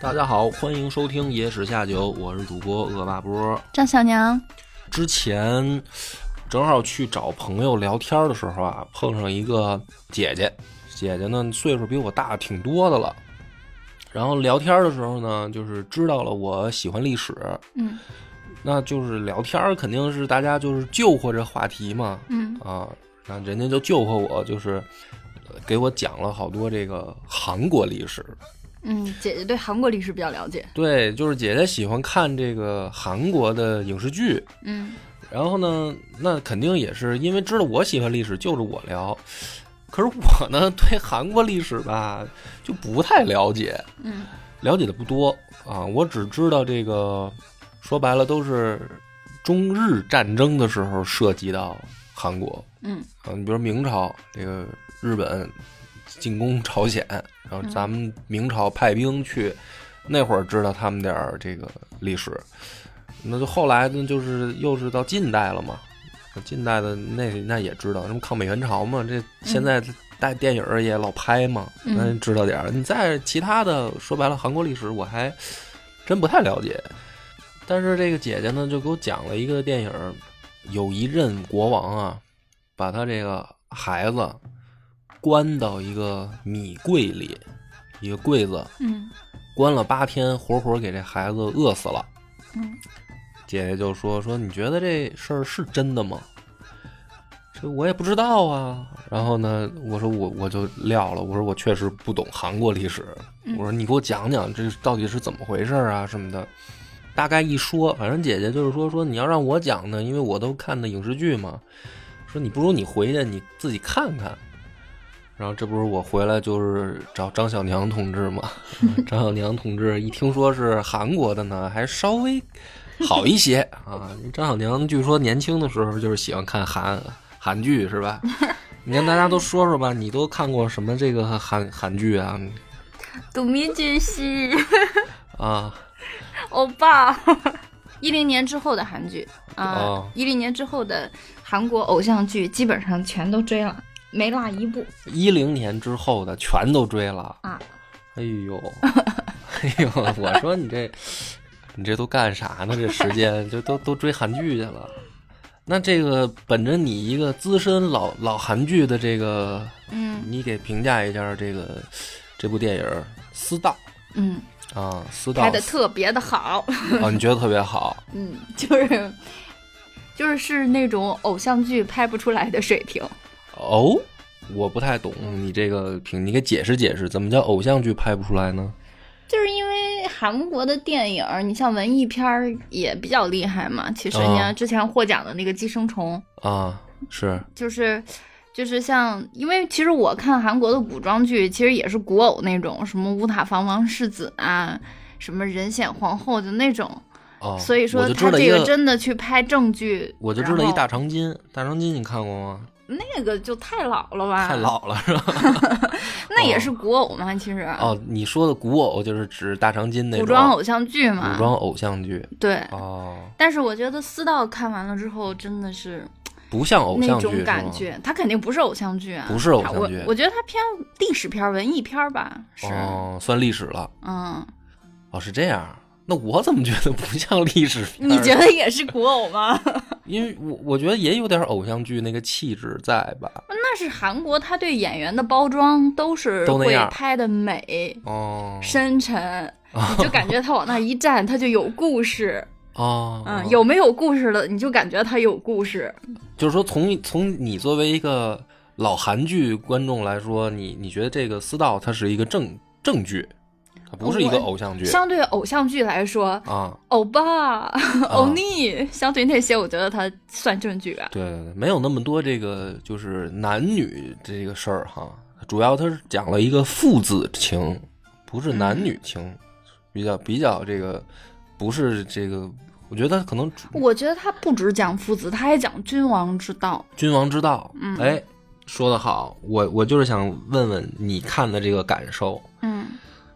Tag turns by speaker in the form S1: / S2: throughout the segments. S1: 大家好，欢迎收听《野史下酒》，我是主播恶霸波。
S2: 张小娘，
S1: 之前正好去找朋友聊天的时候啊，碰上一个姐姐，姐姐呢岁数比我大挺多的了。然后聊天的时候呢，就是知道了我喜欢历史，
S2: 嗯
S1: 那就是聊天儿肯定是大家就是救火这话题嘛，
S2: 嗯
S1: 啊，那人家就救火我，就是呃给我讲了好多这个韩国历史。
S2: 嗯，姐姐对韩国历史比较了解，
S1: 对，就是姐姐喜欢看这个韩国的影视剧，
S2: 嗯
S1: 然后呢，那肯定也是因为知道我喜欢历史，就着我聊。可是我呢，对韩国历史吧就不太了解，
S2: 嗯
S1: 了解的不多啊。我只知道这个，说白了都是中日战争的时候涉及到韩国
S2: 嗯
S1: 啊。你比如明朝这个日本进攻朝鲜，然后
S2: 嗯
S1: 咱们明朝派兵去，那会儿知道他们点儿这个历史。那就后来呢，就是又是到近代了嘛，近代的那那也知道什么抗美援朝嘛，这现在大电影儿也老拍嘛，
S2: 嗯
S1: 那知道点儿。你在其他的说白了，韩国历史我还真不太了解。但是这个姐姐呢，就给我讲了一个电影儿，有一任国王啊，把他这个孩子关到一个米柜里，一个柜子
S2: 嗯
S1: 关了八天，活活给这孩子饿死了。
S2: 嗯
S1: 姐姐就说说你觉得这事儿是真的吗？这我也不知道啊。然后呢，我说我我就撂了，我说我确实不懂韩国历史，
S2: 嗯
S1: 我说你给我讲讲这到底是怎么回事儿啊什么的。大概一说，反正姐姐就是说说你要让我讲呢，因为我都看的影视剧嘛，说你不如你回去你自己看看。然后这不是我回来就是找张小娘同志嘛，张小娘同志一听说是韩国的呢，还稍微好一些 啊。张小娘据说年轻的时候就是喜欢看韩韩剧是 吧？你跟大家都说说吧，你都看过什么这个韩韩剧啊？
S2: 赌迷之戏，
S1: 啊，
S2: 欧巴。 一零年之后的韩剧啊
S1: 哦，
S2: 一零、年之后的韩国偶像剧基本上全都追了，没落一部
S1: 一零年之后的全都追了。
S2: 啊。
S1: 哎呦，哎呦，我说你这，你这都干啥呢？这时间就都都追韩剧去了。那这个本着你一个资深老老韩剧的这个，
S2: 嗯
S1: 你给评价一下这个这部电影《私道
S2: 嗯，》
S1: 啊，《私道
S2: 拍》的特别的好，
S1: 啊，你觉得特别好
S2: 嗯，就是就是是那种偶像剧拍不出来的水平。
S1: 哦？我不太懂你这个评，你给解释解释，怎么叫偶像剧拍不出来呢？
S2: 就是因为韩国的电影儿，你像文艺片儿也比较厉害嘛。其实
S1: 哦
S2: 你看之前获奖的那个《寄生虫》，
S1: 啊，是
S2: 就是就是像，因为其实我看韩国的古装剧，其实也是古偶那种，什么乌塔防王世子啊，什么人显皇后就那种。
S1: 哦，
S2: 所以说
S1: 我就
S2: 他
S1: 知道
S2: 这
S1: 一
S2: 个
S1: 个，
S2: 真的去拍正剧，
S1: 我就知道
S2: 然
S1: 一
S2: 后
S1: 大长今，大长今你看过吗？
S2: 那个就太老了吧？
S1: 太，老了 是吧？
S2: 那也是古偶嘛，其实。
S1: 哦，你说的古偶就是指大长今那种哦
S2: 古装偶像剧嘛，
S1: 古装偶像剧
S2: 对，
S1: 哦，
S2: 但是我觉得《私道》看完了之后，真的是
S1: 不像偶
S2: 那
S1: 像
S2: 种
S1: 剧
S2: 感
S1: 是吗？
S2: 觉，它肯定不是偶像剧啊，
S1: 不是偶
S2: 它
S1: 像剧
S2: 我我觉得它偏历史片儿、文艺片儿吧，是，
S1: 哦，算历史了
S2: 嗯，
S1: 哦，是这样。那我怎么觉得不像历史片？
S2: 你觉？得也是古偶吗？
S1: 因为我我觉得也有点偶像剧那个气质在吧？
S2: 那是韩国，他对演员的包装都是
S1: 都那
S2: 会
S1: 样
S2: 拍的美、
S1: 哦，
S2: 深沉，你就感觉他往那一站，他就有故事，
S1: 哦，
S2: 嗯，有没有故事了，你就感觉他有故事，
S1: 就是说从从你作为一个老韩剧观众来说，你你觉得这个《私道》它是一个正正剧，它不是一啊个
S2: 我
S1: 偶像剧
S2: 相对偶像剧来说。
S1: 啊？
S2: 欧巴、欧尼，相对那些，我觉得他算正剧吧。
S1: 对对对，没有那么多这个就是男女这个事儿哈，主要它是讲了一个父子情，不是男女情，
S2: 嗯
S1: 比较比较这个不是这个，我觉得可能主
S2: 我觉得他不只讲父子，他还讲君王之道。
S1: 君王之道，哎，说得好，我我就是想问问你看的这个感受。
S2: 嗯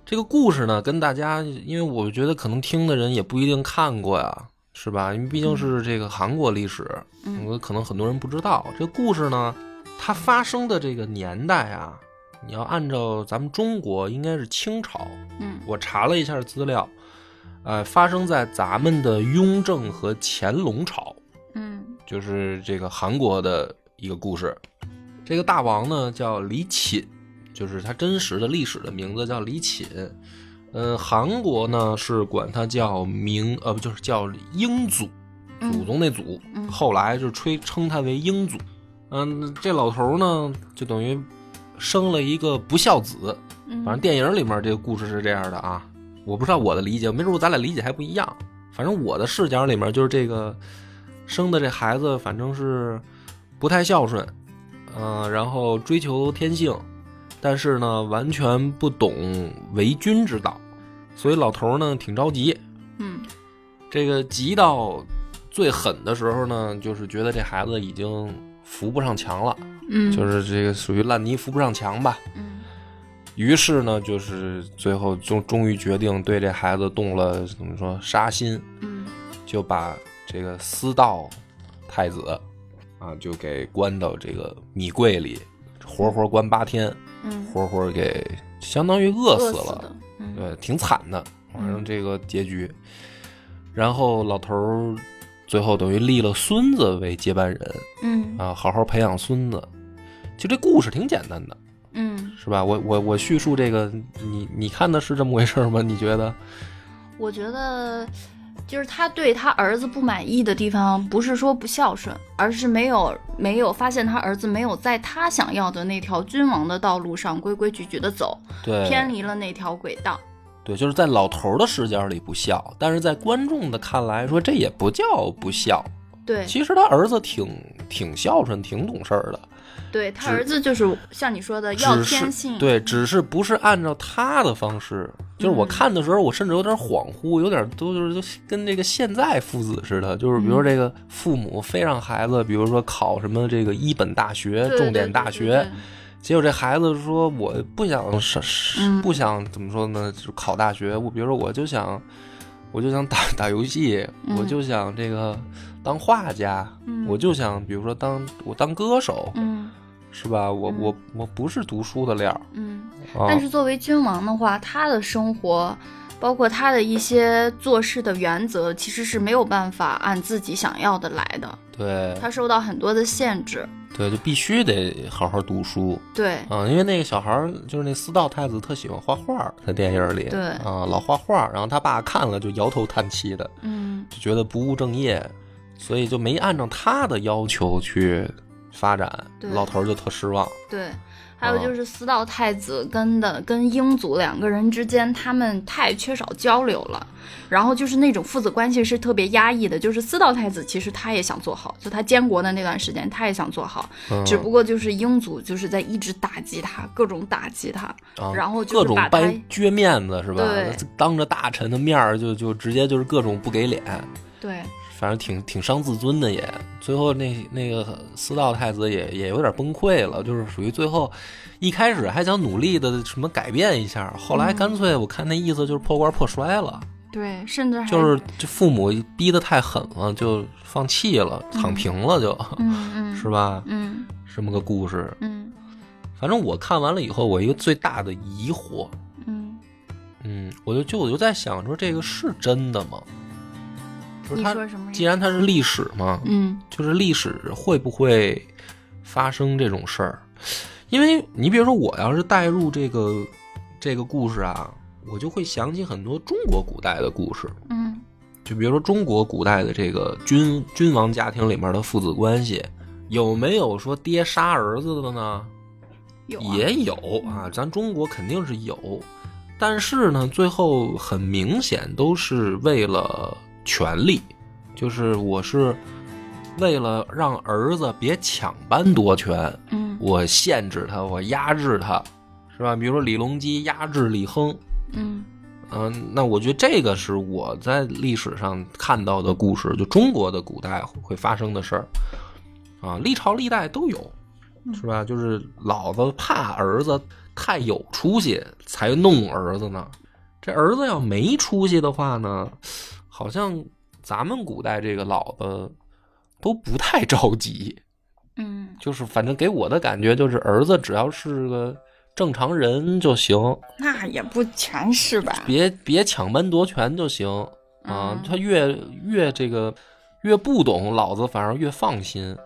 S1: 这个故事呢，跟大家，因为我觉得可能听的人也不一定看过呀，是吧？因为毕竟是这个韩国历史，
S2: 嗯
S1: 我可能很多人不知道。这故事呢，它发生的这个年代啊，你要按照咱们中国，应该是清朝。
S2: 嗯
S1: 我查了一下资料，呃，发生在咱们的雍正和乾隆朝，
S2: 嗯
S1: 就是这个韩国的一个故事。这个大王呢叫李寝，就是他真实的历史的名字叫李寝。呃，韩国呢是管他叫明，呃，不就是叫英祖，祖宗那祖，
S2: 嗯
S1: 后来就吹称他为英祖。嗯，这老头呢就等于生了一个不孝子，
S2: 嗯，
S1: 反正电影里面这个故事是这样的啊，我不知道我的理解，没准咱俩理解还不一样。反正我的视角里面就是这个生的这孩子，反正是不太孝顺，嗯、然后追求天性，但是呢完全不懂为君之道，所以老头儿呢挺着急。
S2: 嗯
S1: 这个急到最狠的时候呢，就是觉得这孩子已经扶不上墙了，
S2: 嗯，
S1: 就是这个属于烂泥扶不上墙吧。
S2: 嗯
S1: 于是呢，就是最后终终于决定对这孩子动了怎么说杀心，
S2: 嗯
S1: 就把这个私道太子啊，就给关到这个米柜里，活活关八天，
S2: 嗯，
S1: 活活给相当于饿死了。
S2: 的，嗯
S1: 对，挺惨的，反正
S2: 嗯
S1: 这个结局。然后老头儿最后等于立了孙子为接班人
S2: 嗯
S1: 啊，好好培养孙子。其实这故事挺简单的，
S2: 嗯，
S1: 是吧？我我我叙述这个，你你看的是这么回事儿吗？你觉 得？
S2: 我觉得。就是他对他儿子不满意的地方，不是说不孝顺，而是没有没有发现他儿子没有在他想要的那条君王的道路上规规矩矩的走，
S1: 对，
S2: 偏离了那条轨道。
S1: 对，就是在老头儿的视角里不孝，但是在观众的看来说，这也不叫不孝。
S2: 对
S1: 其实他儿子挺挺孝顺，挺懂事儿的。
S2: 对，他
S1: 只
S2: 儿子就是像你说的
S1: 只
S2: 要
S1: 是
S2: 天性，
S1: 对，只是不是按照他的方式，就是我
S2: 嗯
S1: 看的时候，我甚至有点恍惚，有点都就是都跟这个现在父子似的，就是比
S2: 嗯
S1: 如说这个父母非让孩子，比如说考什么这个一本大学、
S2: 对
S1: 重点大学，，结果这孩子说我不想上，
S2: 嗯
S1: 不想怎么说呢，就是考大学，我比如说我就想。我就想打 打游戏，我
S2: 嗯
S1: 就想这个当画家，
S2: 嗯
S1: 我就想比如说当我当歌手，
S2: 嗯
S1: 是吧？我
S2: 嗯
S1: 我我不是读书的料儿，
S2: 嗯。
S1: 啊
S2: 但是作为君王的话，他的生活，包括他的一些做事的原则，其实是没有办法按自己想要的来的，
S1: 对
S2: 他受到很多的限制。
S1: 对，就必须得好好读书
S2: 对，
S1: 啊、因为那个小孩儿就是那私道太子，特喜欢画画儿，在电影里，
S2: 对
S1: 啊、老画画儿，然后他爸看了就摇头叹气的，
S2: 嗯
S1: 就觉得不务正业，所以就没按照他的要求去发展，
S2: 对
S1: 老头儿就特失望，
S2: 对。还
S1: 啊
S2: 有就是私道太子跟的跟英祖两个人之间，他们太缺少交流了，然后就是那种父子关系是特别压抑的。就是私道太子其实他也想做好，就他监国的那段时间他也想做好，
S1: 嗯、
S2: 只不过就是英祖就是在一直打击他，各种打击他，
S1: 啊
S2: 然后
S1: 各
S2: 就是
S1: 种
S2: 把他
S1: 掰撅面子是吧
S2: 对？
S1: 当着大臣的面儿就就直接就是各种不给脸，
S2: 对
S1: 反正挺挺伤自尊的也。最后那那个私道太子也也有点崩溃了，就是属于最后一开始还想努力的什么改变一下，后来
S2: 嗯
S1: 干脆我看那意思就是破罐破摔了，
S2: 对，甚至还
S1: 就是这父母逼得太狠了，就放弃了，躺平了就，
S2: 嗯
S1: 是吧？
S2: 嗯
S1: 这么个故事。
S2: 嗯
S1: 反正我看完了以后，我一个最大的疑惑，
S2: 嗯嗯，
S1: 嗯，我就就我就在想说这个是真的吗？就是
S2: 嗯你
S1: 他
S2: 说什么？
S1: 既然它是历史嘛，
S2: 嗯
S1: 就是历史会不会发生这种事儿？因为你比如说，我要是带入这个这个故事啊，我就会想起很多中国古代的故事，
S2: 嗯
S1: 就比如说中国古代的这个君君王家庭里面的父子关系，有没有说爹杀儿子的呢？
S2: 有啊
S1: 也有啊，咱中国肯定是有，但是呢，最后很明显都是为了权力，就是我是为了让儿子别抢班夺权，
S2: 嗯
S1: 我限制他，我压制他，是吧？比如说李隆基压制李亨，
S2: 嗯
S1: 嗯、那我觉得这个是我在历史上看到的故事，就中国的古代会发生的事儿，啊，历朝历代都有，是吧？就是老子怕儿子太有出息才弄儿子呢，这儿子要没出息的话呢，好像咱们古代这个老子都不太着急，
S2: 嗯
S1: 就是反正给我的感觉就是儿子只要是个正常人就行，
S2: 那也不全是吧？
S1: 别别抢班夺权就行啊。
S2: 嗯
S1: 他越越这个越不懂，老子反而越放心，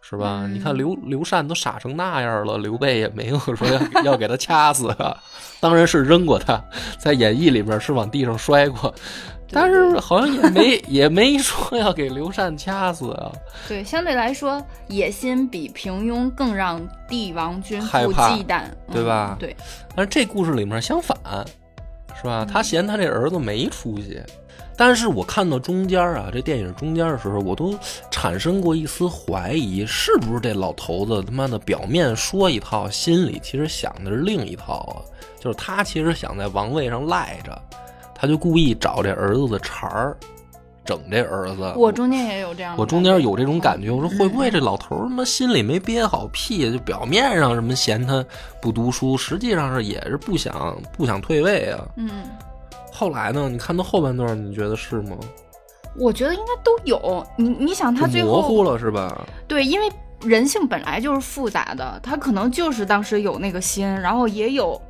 S1: 是吧？
S2: 嗯
S1: 你看刘刘禅都傻成那样了，刘备也没有说要要给他掐死啊，当然是扔过他，在演义里边是往地上摔过，但是好像也没也没说要给刘禅掐死啊。
S2: 对，相对来说，野心比平庸更让帝王君不
S1: 害怕
S2: 忌惮，
S1: 对
S2: 嗯
S1: 吧
S2: 对，
S1: 但是这故事里面相反，是吧？他嫌他这儿子没出息，但是我看到中间啊，这电影中间的时候，我都产生过一丝怀疑，是不是这老头子他妈的表面说一套，心里其实想的是另一套啊？就是他其实想在王位上赖着，他就故意找这儿子的茬儿，整这儿子。
S2: 我中间也有这
S1: 呃
S2: 样的感觉，嗯
S1: 我中间有这种感觉，我说会不会这老头儿他妈心里没憋好屁，就表面上什么嫌他不读书，实际上是也是不想不想退位啊。
S2: 嗯，
S1: 后来呢，你看到后半段，你觉得是吗？
S2: 我觉得应该都有。你你想，他
S1: 就
S2: 最后
S1: 模糊了是吧？
S2: 对，因为人性本来就是复杂的，他可能就是当时有那个心，然后也有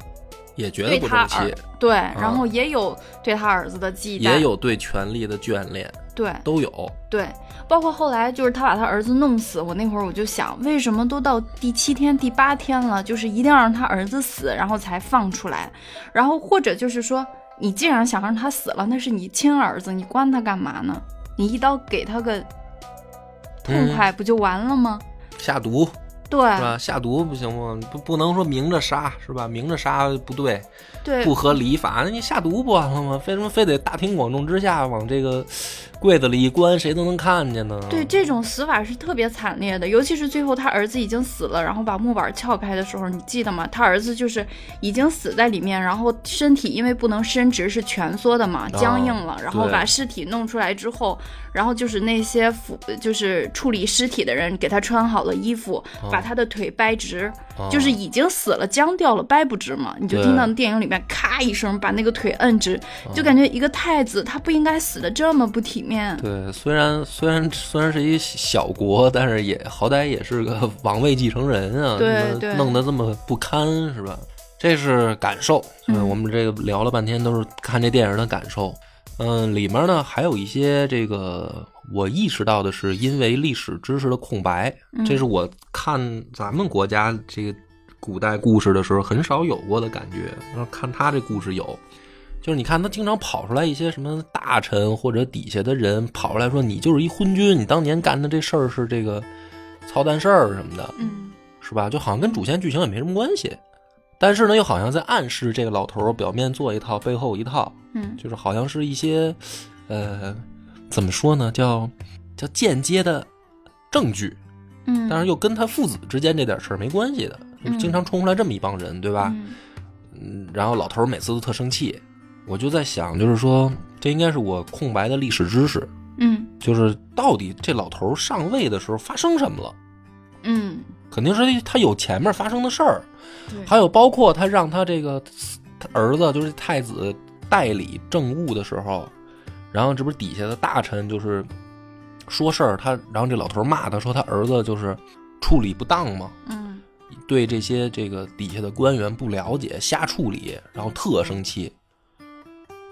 S1: 也觉得
S2: 对
S1: 不
S2: 他
S1: 争
S2: 儿
S1: 气，
S2: 对，然后也有对他儿子的忌惮，
S1: 啊也有对权力的眷恋，
S2: 对
S1: 都有。
S2: 对，包括后来就是他把他儿子弄死，我那会儿我就想，为什么都到第七天、第八天了，就是一定要让他儿子死，然后才放出来，然后或者就是说，你既然想让他死了，那是你亲儿子，你关他干嘛呢？你一刀给他个痛快啊不就完了吗？
S1: 嗯下毒
S2: 对
S1: 嗯是吧？下毒不行吗？不不能说明着杀是吧？明着杀不对，
S2: 对，
S1: 不合礼法，那你下毒不完了吗？为什么非得大庭广众之下往这个柜子里一关，谁都能看见呢？
S2: 对，这种死法是特别惨烈的，尤其是最后他儿子已经死了，然后把木板撬开的时候，你记得吗？他儿子就是已经死在里面，然后身体因为不能伸直，是蜷缩的嘛，僵硬了，然
S1: 啊
S2: 后
S1: 对
S2: 把尸体弄出来之后，然后就是那些腐，就是处理尸体的人给他穿好了衣服，
S1: 哦
S2: 把他的腿掰直，
S1: 啊
S2: 就是已经死了，僵掉了，掰不直嘛，你就
S1: 对哦
S2: 听到电影里面咔一声把那个腿摁直，就感觉一个太子他不应该死的这么不体面。
S1: 对，虽然虽然虽然是一小国，但是也好歹也是个王位继承人啊，
S2: 对
S1: 那么
S2: 对
S1: 弄得这么不堪是吧？这是感受，就是
S2: 嗯
S1: 我们这个聊了半天都是看这电影的感受。嗯，里面呢还有一些这个我意识到的是，因为历史知识的空白，这是我看咱们国家这个古代故事的时候很少有过的感觉。然后看他这故事有，就是你看他经常跑出来一些什么大臣或者底下的人跑出来说你就是一昏君，你当年干的这事儿是这个操蛋事儿什么的，
S2: 嗯。
S1: 是吧？就好像跟主线剧情也没什么关系，但是呢又好像在暗示这个老头儿表面做一套，背后一套，
S2: 嗯
S1: 就是好像是一些呃怎么说呢，叫叫间接的证据，
S2: 嗯，
S1: 但是又跟他父子之间这点事儿没关系的，就是经常冲出来这么一帮人，对吧？
S2: 嗯
S1: 嗯，然后老头儿每次都特生气，我就在想，就是说这应该是我空白的历史知识，
S2: 嗯
S1: 就是到底这老头儿上位的时候发生什么了？
S2: 嗯，
S1: 肯定是他有前面发生的事儿，
S2: 对
S1: 还有包括他让他这个他儿子，就是太子代理政务的时候，然后这不是底下的大臣就是说事儿，他然后这老头儿骂他说他儿子就是处理不当嘛，
S2: 嗯
S1: 对这些这个底下的官员不了解，瞎处理，然后特生气。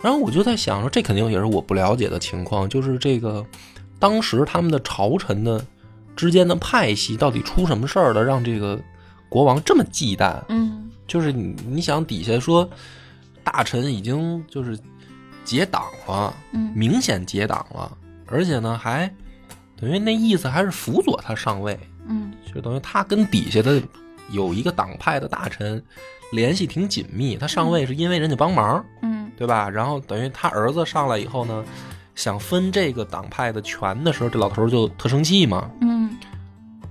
S1: 然后我就在想说，这肯定也是我不了解的情况，就是这个当时他们的朝臣的之间的派系到底出什么事儿了，让这个国王这么忌惮？
S2: 嗯
S1: 就是你你想底下说大臣已经就是结党了，
S2: 嗯
S1: 明显结党了，而且呢还等于那意思还是辅佐他上位，
S2: 嗯
S1: 就等于他跟底下的有一个党派的大臣联系挺紧密，他上位是因为人家帮忙，
S2: 嗯
S1: 对吧？然后等于他儿子上来以后呢，想分这个党派的权的时候，这老头儿就特生气嘛。
S2: 嗯，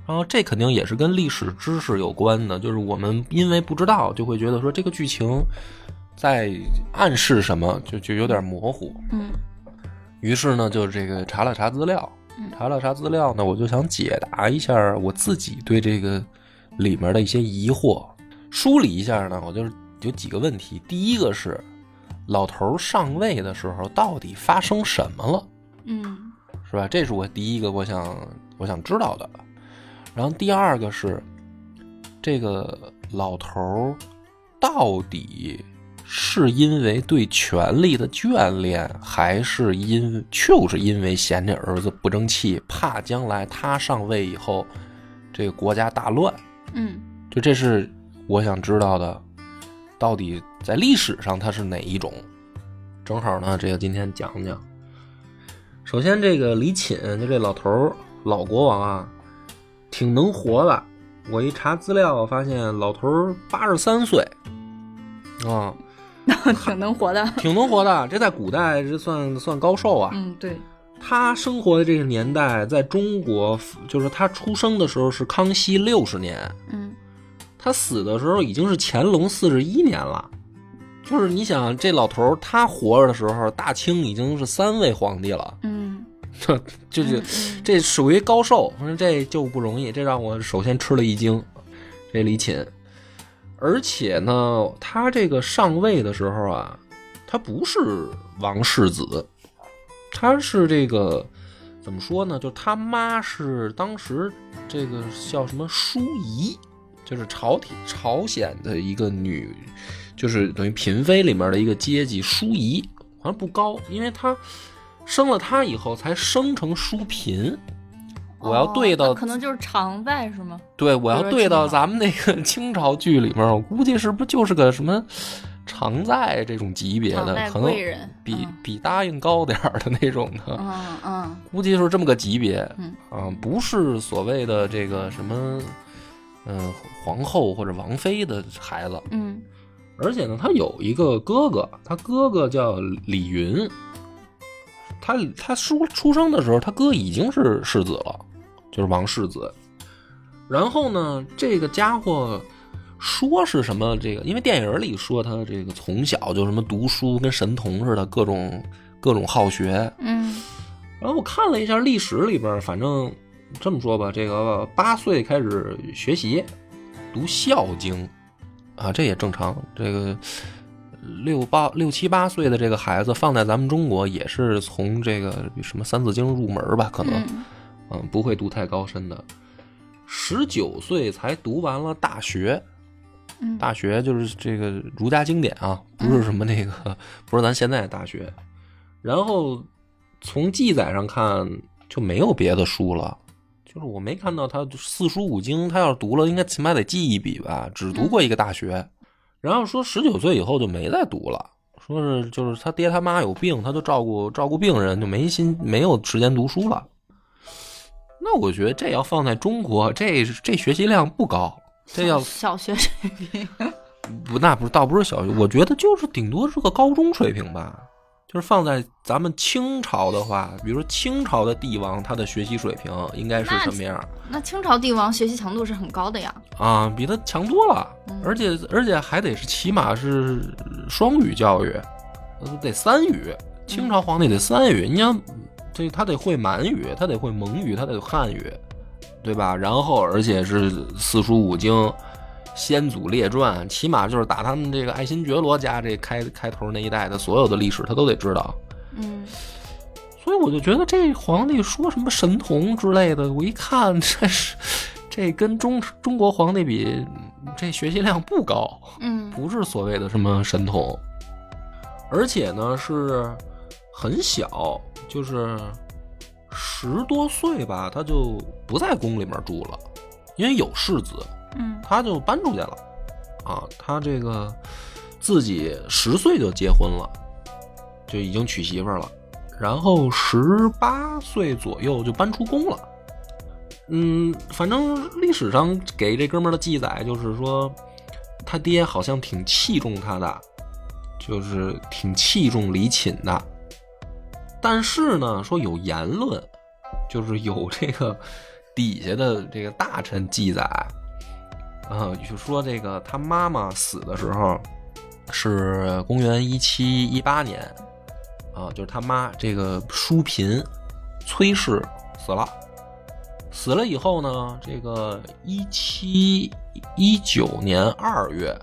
S1: 然后这肯定也是跟历史知识有关的，就是我们因为不知道，就会觉得说这个剧情在暗示什么，就就有点模糊。
S2: 嗯
S1: 于是呢，就这个查了查资料
S2: 嗯，
S1: 查了查资料呢，我就想解答一下我自己对这个里面的一些疑惑，梳理一下呢，我就是有几个问题。第一个是，老头儿上位的时候到底发生什么了，
S2: 嗯
S1: 是吧？这是我第一个我想我想知道的。然后第二个是，这个老头儿到底是因为对权力的眷恋，还是因就是因为嫌这儿子不争气，怕将来他上位以后这个国家大乱？
S2: 嗯
S1: 就这是我想知道的，到底在历史上它是哪一种？正好呢，这个今天讲讲。首先，这个李寝就这老头儿，老国王啊，挺能活的。我一查资料，发现老头儿八十三岁，啊，
S2: 挺能活的。
S1: 挺能活的。这在古代这算算高寿啊。
S2: 嗯，对，
S1: 他生活的这个年代，在中国就是他出生的时候是康熙六十年，
S2: 嗯
S1: 他死的时候已经是乾隆四十一年了，就是你想这老头儿他活着的时候，大清已经是三位皇帝了，
S2: 嗯，
S1: 这这这
S2: 嗯
S1: 这属于高寿，反正这就不容易，这让我首先吃了一惊。这李寝，而且呢，他这个上位的时候啊，他不是王世子，他是这个怎么说呢？就他妈是当时这个叫什么淑仪，就是朝廷朝鲜的一个女，就是等于嫔妃里面的一个阶级淑仪，好像不高，因为她生了她以后才升成淑嫔。我要
S2: 哦
S1: 对
S2: 那
S1: 到
S2: 可能就是常外是吗？
S1: 对，我要
S2: 比如说
S1: 对到
S2: 清朝
S1: 咱们那个 清朝剧里面，我估计是不是就是个什么常在这种级别
S2: 常
S1: 的，
S2: 外
S1: 可能
S2: 贵人，
S1: 比比答应高点儿的那种的，
S2: 嗯嗯
S1: 估计是这么个级别。
S2: 嗯
S1: 啊、不是所谓的这个什么，嗯、皇后或者王妃的孩子。
S2: 嗯
S1: 而且呢，他有一个哥哥，他哥哥叫李云。他他出出生的时候，他哥已经是世子了，就是王世子。然后呢，这个家伙说是什么这个？因为电影里说他这个从小就什么读书，跟神童似的，各种各种好学。
S2: 嗯
S1: 然后我看了一下历史里边儿，反正这么说吧，这个八岁开始学习，读《孝经》，啊，这也正常。这个六八六七八岁的这个孩子，放在咱们中国也是从这个什么《三字经》入门儿吧，可能，
S2: 嗯
S1: 嗯，不会读太高深的。十九岁才读完了大学，
S2: 嗯
S1: 大学就是这个儒家经典啊，不是什么那个，不是咱现在的大学。然后从记载上看，就没有别的书了，就是我没看到他四书五经，他要是读了，应该起码得记一笔吧，只读过一个大学。然后说十九岁以后就没再读了，说是就是他爹他妈有病，他就照顾照顾病人，就没心没有时间读书了。那我觉得这要放在中国，这这学习量不高，这要
S2: 小学水平，
S1: 不，那不是倒不是小学，我觉得就是顶多是个高中水平吧。就是放在咱们清朝的话，比如说清朝的帝王，他的学习水平应该是
S2: 那
S1: 什么样
S2: 那清朝帝王学习强度是很高的呀。
S1: 啊？比他强多了，
S2: 嗯
S1: 而且而且还得是起码是双语教育，呃得三语。清朝皇帝得三语，你想，这他得会满语，他得会蒙语，他得会汉语，对吧？然后而且是四书五经。先祖列传，起码就是打他们这个爱新觉罗家这开开头那一代的所有的历史，他都得知道。
S2: 嗯，
S1: 所以我就觉得这皇帝说什么神童之类的，我一看这是这跟中中国皇帝比，这学习量不高，
S2: 嗯
S1: 不是所谓的什么神童，而且呢是很小，就是十多岁吧，他就不在宫里面住了，因为有世子，
S2: 嗯
S1: 他就搬出去了，啊，他这个自己十岁就结婚了，就已经娶媳妇儿了，然后十八岁左右就搬出宫了。嗯，反正历史上给这哥们儿的记载就是说，他爹好像挺器重他的，就是挺器重李寝的。但是呢，说有言论，就是有这个底下的这个大臣记载，啊，就说这个他妈妈死的时候是公元一七一八年，啊，就是他妈这个淑嫔崔氏死了。死了以后呢，这个一七一九年二月，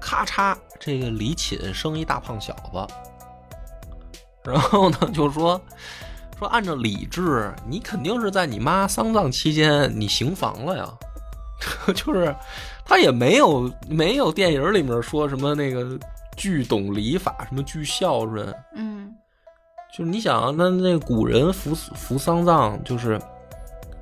S1: 咔嚓，这个李寝生一大胖小子，然后呢就说说按照礼制，你肯定是在你妈丧葬期间你行房了呀，就是他也没有没有电影里面说什么那个俱懂礼法，什么俱孝顺，
S2: 嗯
S1: 就是你想啊，那那古人扶扶丧葬，就是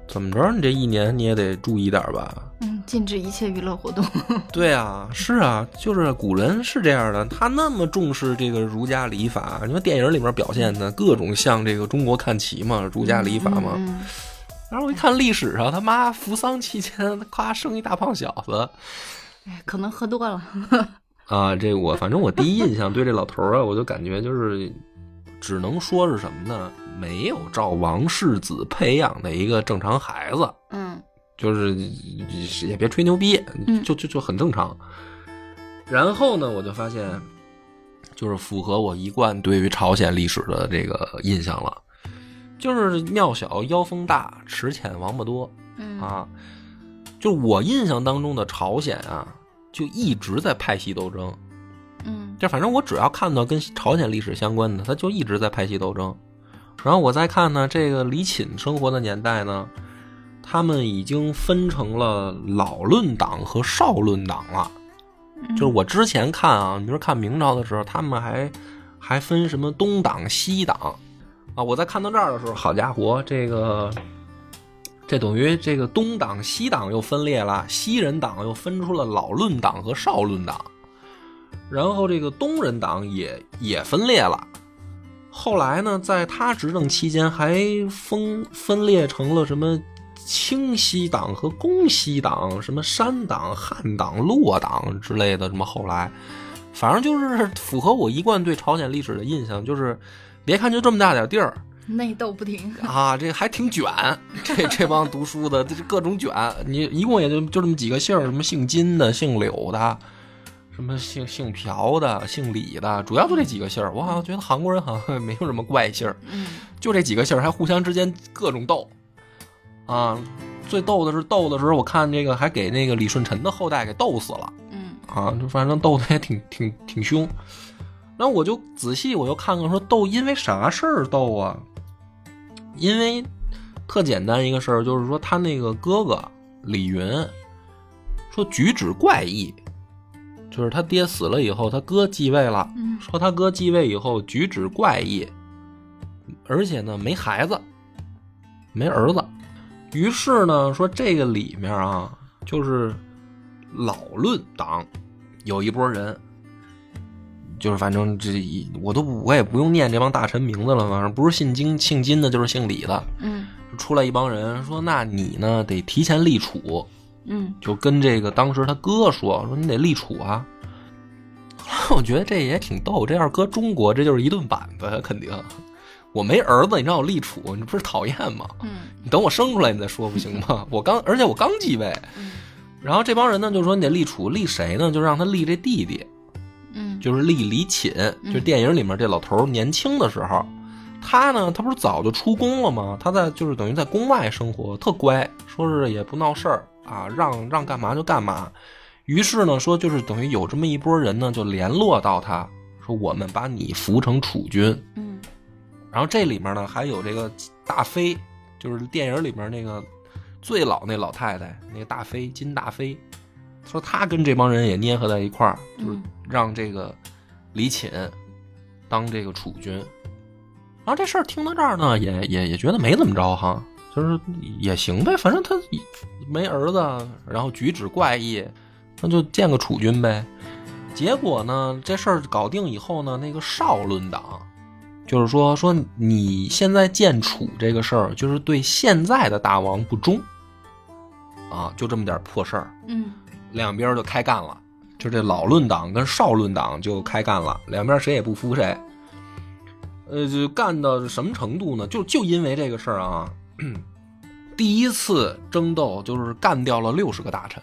S1: 怎么着，你这一年你也得注意点儿吧，
S2: 嗯，禁止一切娱乐活动。
S1: 对啊，是啊，就是古人是这样的，他那么重视这个儒家礼法，你说电影里面表现的各种向这个中国看齐嘛，儒家礼法嘛。
S2: 嗯，
S1: 然后我一看历史上，他妈扶丧期间，夸生一大胖小子
S2: 嗯哎，可能喝多了。
S1: 啊！这我反正我第一印象对这老头儿啊，我就感觉就是，只能说是什么呢？没有照王世子培养的一个正常孩子。
S2: 嗯
S1: 就是也别吹牛逼
S2: 嗯，
S1: 就就就很正常。然后呢，我就发现，就是符合我一贯对于朝鲜历史的这个印象了，就是庙小妖风大，池浅王八多
S2: 嗯
S1: 啊。就是我印象当中的朝鲜啊，就一直在派系斗争。
S2: 嗯
S1: 就反正我只要看到跟朝鲜历史相关的，他就一直在派系斗争。然后我再看呢，这个李寝生活的年代呢，他们已经分成了老论党和少论党了。
S2: 嗯，
S1: 就是我之前看啊，你比如看明朝的时候，他们还还分什么东党、西党啊。我在看到这儿的时候，好家伙，这个这等于这个东党、西党又分裂了，西人党又分出了老论党和少论党，然后这个东人党也也分裂了。后来呢，在他执政期间还分分裂成了什么清西党和宫西党、什么山党、汉党、洛党之类的。什么后来，反正就是符合我一贯对朝鲜历史的印象，就是别看就这么大点地儿
S2: 内斗不停。
S1: 啊，这还挺卷。这这帮读书的，这各种卷。你一共也就就这么几个姓儿，什么姓金的、姓柳的。什么姓姓朴的、姓李的，主要就这几个姓儿。我好像觉得韩国人好像没有什么怪姓儿，
S2: 嗯
S1: 就这几个姓儿还互相之间各种斗，啊，最逗的是斗的时候，我看这个还给那个李舜臣的后代给斗死了
S2: 嗯
S1: 啊，就反正斗的也挺挺挺凶。那我就仔细我又看看说斗因为啥事儿斗啊？因为特简单一个事儿，就是说他那个哥哥李云说举止怪异，就是他爹死了以后，他哥继位了。
S2: 嗯
S1: 说他哥继位以后举止怪异，而且呢没孩子，没儿子。于是呢，说这个里面啊，就是老论党有一波人，就是反正这一我都不我也不用念这帮大臣名字了，反正不是姓金姓金的，就是姓李的，
S2: 嗯
S1: 出来一帮人说，那你呢得提前立储，
S2: 嗯
S1: 就跟这个当时他哥说说你得立储啊。 后来我觉得这也挺逗，这要是搁中国，这就是一顿板子，肯定。我没儿子，你让我立储，你不是讨厌吗？
S2: 嗯
S1: 你等我生出来你再说不行吗？我刚，而且我刚继位。然后这帮人呢就说你得立储，立谁呢？就让他立这弟弟，
S2: 嗯，
S1: 就是立李寝，就
S2: 嗯
S1: 是电影里面这老头儿年轻的时候，他呢，他不是早就出宫了吗？他在就是等于在宫外生活，特乖，说是也不闹事儿啊，让让干嘛就干嘛。于是呢，说就是等于有这么一波人呢，就联络到他，说我们把你扶成储君。
S2: 嗯
S1: 然后这里面呢还有这个大妃，就是电影里面那个最老那老太太，那个大妃金大妃，说她跟这帮人也捏合在一块儿，就是
S2: 嗯
S1: 让这个李寝当这个储君。然后这事儿听到这儿呢，也也也觉得没怎么着哈，就是也行呗，反正他没儿子，然后举止怪异，那就建个储君呗。结果呢，这事儿搞定以后呢，那个少论党，就是说说你现在建储这个事儿，就是对现在的大王不忠，啊，就这么点破事儿，
S2: 嗯
S1: 两边就开干了，就这老论党跟少论党就开干了，两边谁也不服谁，呃，就干到什么程度呢？就就因为这个事儿啊， 第一次争斗就是干掉了六十个大臣，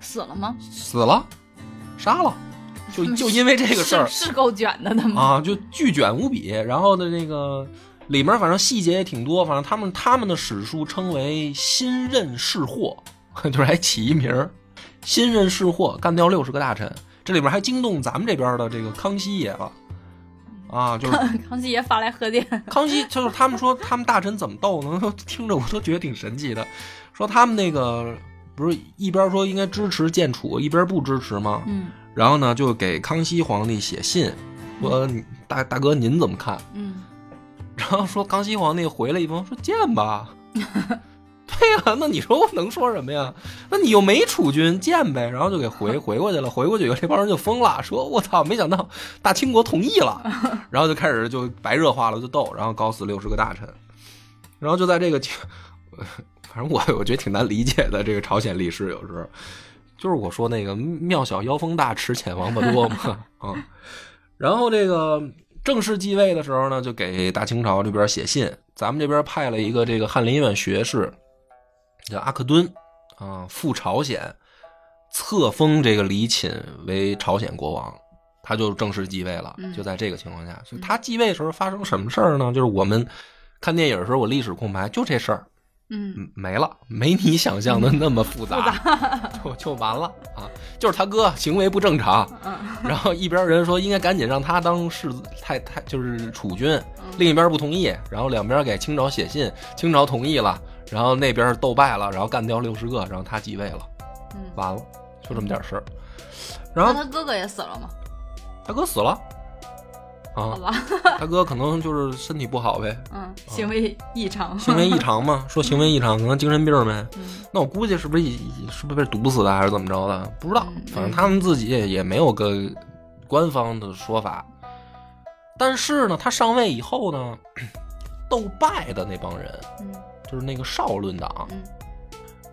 S2: 死了吗？
S1: 死了，杀了，就就因为这个事儿，
S2: 是是够卷的， 他们。
S1: 啊，就巨卷无比。然后的那个里面反正细节也挺多，反正他们他们的史书称为“新任是祸”， 就是还起一名儿“新任是祸”，干掉六十个大臣。这里面还惊动咱们这边的这个康熙爷了，啊，就是
S2: 康熙爷发来贺电，
S1: 康熙就是 他们说他们大臣怎么斗呢？听着我都觉得挺神奇的。说他们那个不是一边说应该支持建储，一边不支持吗？
S2: 嗯
S1: 然后呢，就给康熙皇帝写信，说你大大哥您怎么看？
S2: 嗯，
S1: 然后说康熙皇帝回了一封说建吧。 对呀、那你说我能说什么呀？那你又没储君，建呗。然后就给回回过去了，回过去以后这帮人就疯了，说我操，没想到大清国同意了，然后就开始就白热化了，就斗，然后搞死六十个大臣。然后就在这个情， 反正我我觉得挺难理解的这个朝鲜历史，有时候就是我说那个庙小妖风大，池浅王八多嘛，啊、然后这个正式继位的时候呢，就给大清朝这边写信，咱们这边派了一个这个翰林院学士，叫阿克敦啊，赴朝鲜，册封这个李寝为朝鲜国王。他就正式继位了，
S2: 嗯
S1: 就在这个情况下，所以他继位的时候发生什么事儿呢？就是我们看电影的时候，我历史空白，就这事儿，
S2: 嗯，
S1: 嗯没了，没你想象的那么嗯复杂， 就就完了啊！就是他哥行为不正常，
S2: 嗯
S1: 然后一边人说应该赶紧让他当世子太太就是储君，另一边不同意，然后两边给清朝写信，清朝同意了，然后那边斗败了，然后干掉六十个，然后他继位了，
S2: 嗯，
S1: 完了，就这么点事儿。然
S2: 那
S1: 后啊
S2: 他哥哥也死了吗？
S1: 他哥死了，啊
S2: 好，吧，
S1: 他哥可能就是身体不好呗，
S2: 嗯，行为异常，
S1: 啊行为异常嘛，说行为异常可能精神病呗。
S2: 嗯
S1: 那我估计是不是一是不是被毒死的，还是怎么着的？不知道
S2: 嗯，
S1: 反正他们自己也也没有个官方的说法。但是呢，他上位以后呢，斗败的那帮人，
S2: 嗯
S1: 就是那个少论党，
S2: 嗯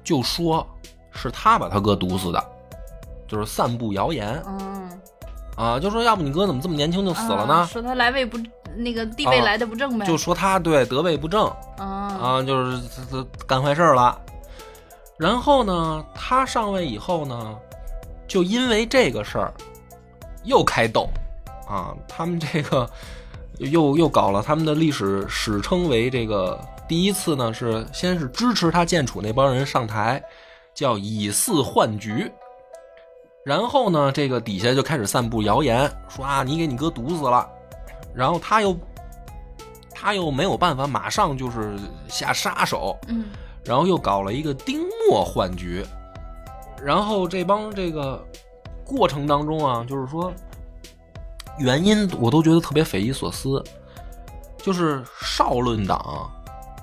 S1: 就说是他把他哥毒死的，就是散布谣言
S2: 嗯，
S1: 啊，就说要不你哥怎么这么年轻就死了
S2: 啊
S1: 呢？
S2: 说他来位不那个地位
S1: 啊
S2: 来的不正呗，
S1: 就说他对得位不正，
S2: 啊
S1: 啊，就是这这干坏事儿了。然后呢，他上位以后呢，就因为这个事儿又开斗啊，他们这个又又搞了，他们的历史史称为这个第一次呢是先是支持他建储那帮人上台，叫以四换局。然后呢，这个底下就开始散布谣言，说啊，你给你哥毒死了。然后他又他又没有办法马上就是下杀手，
S2: 嗯
S1: 然后又搞了一个丁默换局，然后这帮这个过程当中啊，就是说原因我都觉得特别匪夷所思，就是少论党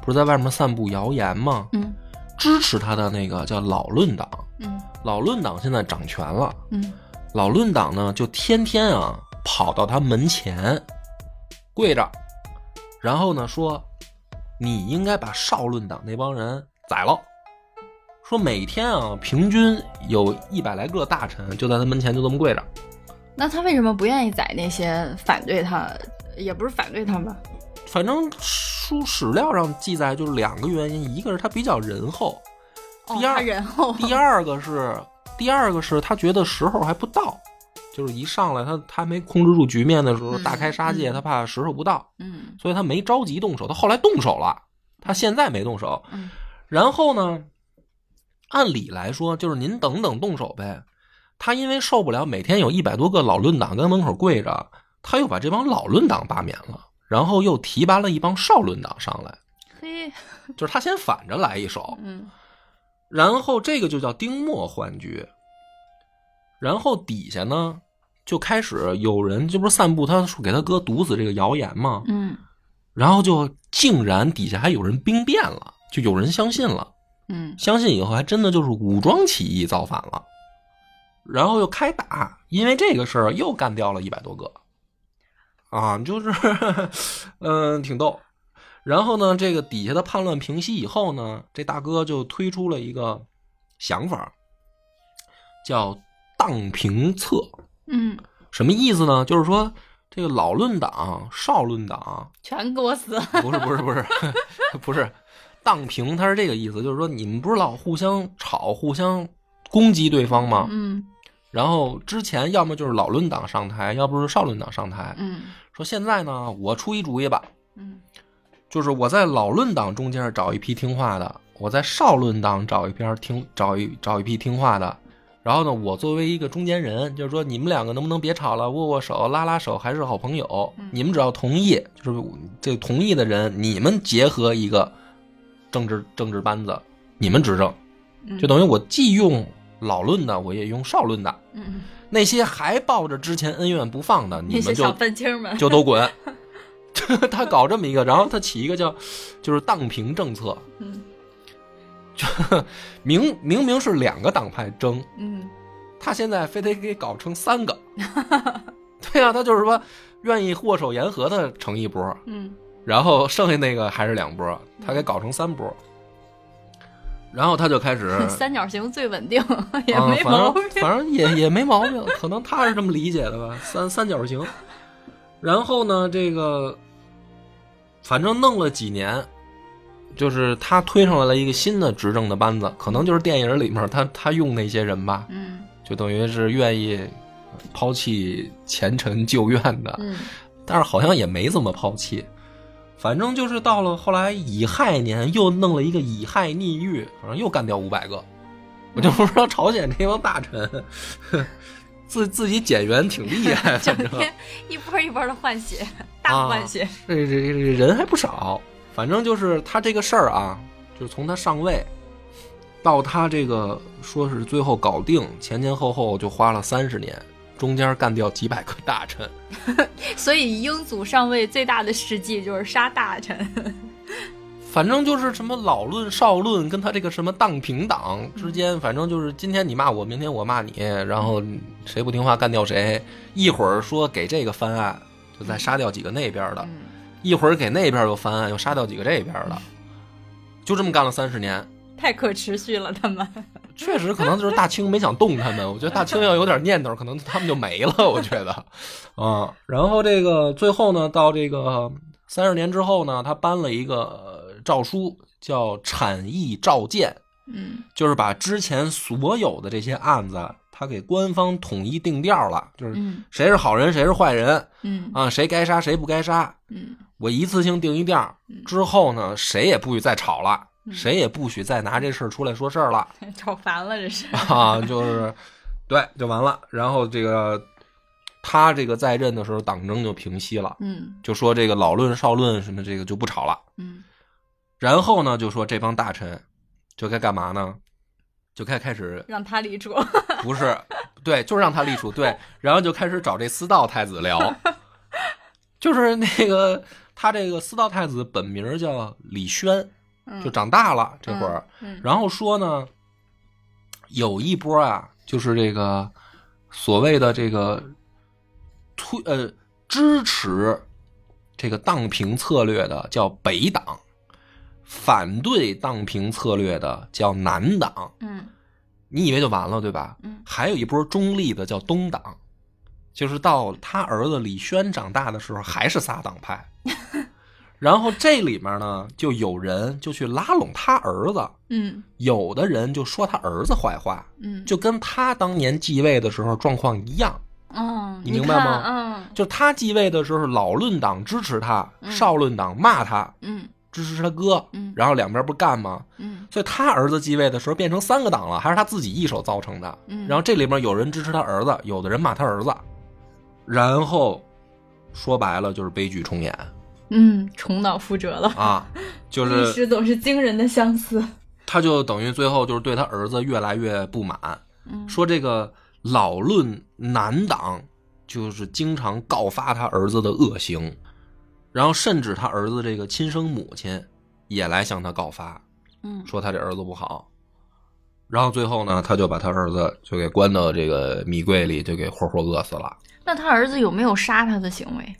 S1: 不是在外面散布谣言吗？
S2: 嗯
S1: 支持他的那个叫老论党，
S2: 嗯
S1: 老论党现在掌权了，
S2: 嗯
S1: 老论党呢就天天啊跑到他门前跪着，然后呢说你应该把少论党那帮人宰了。说每天啊，平均有一百来个大臣就在他门前就这么跪着，
S2: 那他为什么不愿意宰那些反对他，也不是反对他吧？
S1: 反正书史料上记载就是两个原因，一个是他比较仁厚，
S2: 哦，
S1: 第二
S2: 他仁 厚，
S1: 第二个是，第二个是他觉得时候还不到，就是一上来他他没控制住局面的时候，
S2: 嗯
S1: 大开杀戒，
S2: 嗯
S1: 他怕时候不到，
S2: 嗯
S1: 所以他没着急动手。他后来动手了，他现在没动手。
S2: 嗯
S1: 然后呢，按理来说就是您等等动手呗。他因为受不了每天有一百多个老论党跟门口跪着，他又把这帮老论党罢免了，然后又提拔了一帮少论党上来，
S2: 嘿，
S1: 就是他先反着来一手。
S2: 嗯
S1: 然后这个就叫丁默幻觉。然后底下呢，就开始有人，这不是散布他说给他哥毒死这个谣言吗？
S2: 嗯
S1: 然后就竟然底下还有人兵变了，就有人相信了，
S2: 嗯
S1: 相信以后还真的就是武装起义造反了，然后又开打，因为这个事儿又干掉了一百多个，啊，就是， 嗯，挺逗。然后呢，这个底下的叛乱平息以后呢，这大哥就推出了一个想法，叫“荡平策”。
S2: 嗯，
S1: 什么意思呢？就是说，这个老论党、少论党
S2: 全给我死！
S1: 不是不是不是不是，荡平它是这个意思，就是说你们不是老互相吵、互相攻击对方吗？
S2: 嗯
S1: 然后之前要么就是老论党上台，要不是少论党上台。
S2: 嗯
S1: 说现在呢，我出一主意吧，
S2: 嗯
S1: 就是我在老论党中间找一批听话的，我在少论党找一篇听找一找一批听话的。然后呢，我作为一个中间人，就是说你们两个能不能别吵了，握握手、拉拉手，还是好朋友
S2: 嗯。
S1: 你们只要同意，就是这同意的人，你们结合一个政治政治班子，你们执政，
S2: 嗯
S1: 就等于我既用老论的，我也用少论的。
S2: 嗯，
S1: 那些还抱着之前恩怨不放的，你
S2: 那些
S1: 们
S2: 小
S1: 就
S2: 愤青 们，
S1: 就都滚。 他搞这么一个，然后他起一个叫就是荡平政策，
S2: 嗯
S1: 明明明是两个党派争，
S2: 嗯
S1: 他现在非得给搞成三个。对呀、他就是说愿意握手言和的成一波，
S2: 嗯，
S1: 然后剩下那个还是两波，他给搞成三波。然后他就开始
S2: 三角形最稳定， 也
S1: 啊，
S2: 没毛病
S1: 反。正反正也也没毛病，可能他是这么理解的吧，三三角形。然后呢，这个反正弄了几年，就是他推上来了一个新的执政的班子，可能就是电影里面他他用那些人吧，
S2: 嗯
S1: 就等于是愿意抛弃前尘旧怨的，
S2: 嗯
S1: 但是好像也没怎么抛弃。反正就是到了后来乙亥年，又弄了一个乙亥逆狱，反正又干掉五百个。我就不知道朝鲜这帮大臣， 呵自自己减员挺厉害，
S2: 整
S1: 反正
S2: 天一波一波的换血，大换血。
S1: 这这这这人还不少。反正就是他这个事儿啊，就是从他上位到他这个说是最后搞定，前前后后就花了三十年，中间干掉几百个大臣。
S2: 所以英祖上位最大的事迹就是杀大臣。
S1: 反正就是什么老论少论跟他这个什么荡平党之间，反正就是今天你骂我，明天我骂你，然后谁不听话干掉谁。一会儿说给这个翻案，就再杀掉几个那边的；
S2: 嗯，
S1: 一会儿给那边又翻案，又杀掉几个这边的。就这么干了三十年，
S2: 太可持续了，他们。
S1: 确实可能就是大清没想动他们。我觉得大清要有点念头，可能他们就没了。我觉得，啊、然后这个最后呢，到这个三十年之后呢，他颁了一个呃诏书，叫《产议诏见》。
S2: 嗯
S1: 就是把之前所有的这些案子，他给官方统一定调了，就是
S2: 嗯
S1: 谁是好人，谁是坏人
S2: 嗯
S1: 啊，谁该杀，谁不该杀，
S2: 嗯
S1: 我一次性定一调。之后呢，谁也不许再吵了，谁也不许再拿这事儿出来说事儿了
S2: 嗯，吵烦了这是。
S1: 啊，就是对，就完了。然后这个他这个在任的时候，党争就平息了，
S2: 嗯
S1: 就说这个老论少论什么这个就不吵了。
S2: 嗯
S1: 然后呢，就说这帮大臣就该干嘛呢？就该开始
S2: 让他立主。
S1: 不是，对，就是让他立储，对，然后就开始找这私道太子聊，就是那个他这个私道太子本名叫李轩，
S2: 嗯
S1: 就长大了这会儿，
S2: 嗯
S1: 然后说呢，有一波啊，就是这个所谓的这个推呃支持这个荡平策略的叫北党，反对荡平策略的叫南党。
S2: 嗯
S1: 你以为就完了，对吧？
S2: 嗯
S1: 还有一波中立的叫东党，就是到他儿子李轩长大的时候还是仨党派。然后这里面呢，就有人就去拉拢他儿子，
S2: 嗯
S1: 有的人就说他儿子坏话，
S2: 嗯，
S1: 就跟他当年继位的时候状况一样。
S2: 嗯，
S1: 你
S2: 你
S1: 明白吗
S2: 看
S1: 就他继位的时候，老论党支持他，
S2: 嗯
S1: 少论党骂他，
S2: 嗯
S1: 支持他哥，
S2: 嗯
S1: 然后两边不干吗？
S2: 嗯
S1: 所以他儿子继位的时候变成三个党了，还是他自己一手造成的。
S2: 嗯，
S1: 然后这里面有人支持他儿子，有的人骂他儿子，然后说白了就是悲剧重演
S2: 嗯重蹈覆辙了。
S1: 啊，就
S2: 历
S1: 是
S2: 史总是惊人的相似。
S1: 他就等于最后就是对他儿子越来越不满，
S2: 嗯
S1: 说这个老论男党就是经常告发他儿子的恶行，然后甚至他儿子这个亲生母亲也来向他告发，
S2: 嗯
S1: 说他这儿子不好。然后最后呢，他就把他儿子就给关到这个米柜里，就给活活饿死了。
S2: 那他儿子有没有杀他的行为？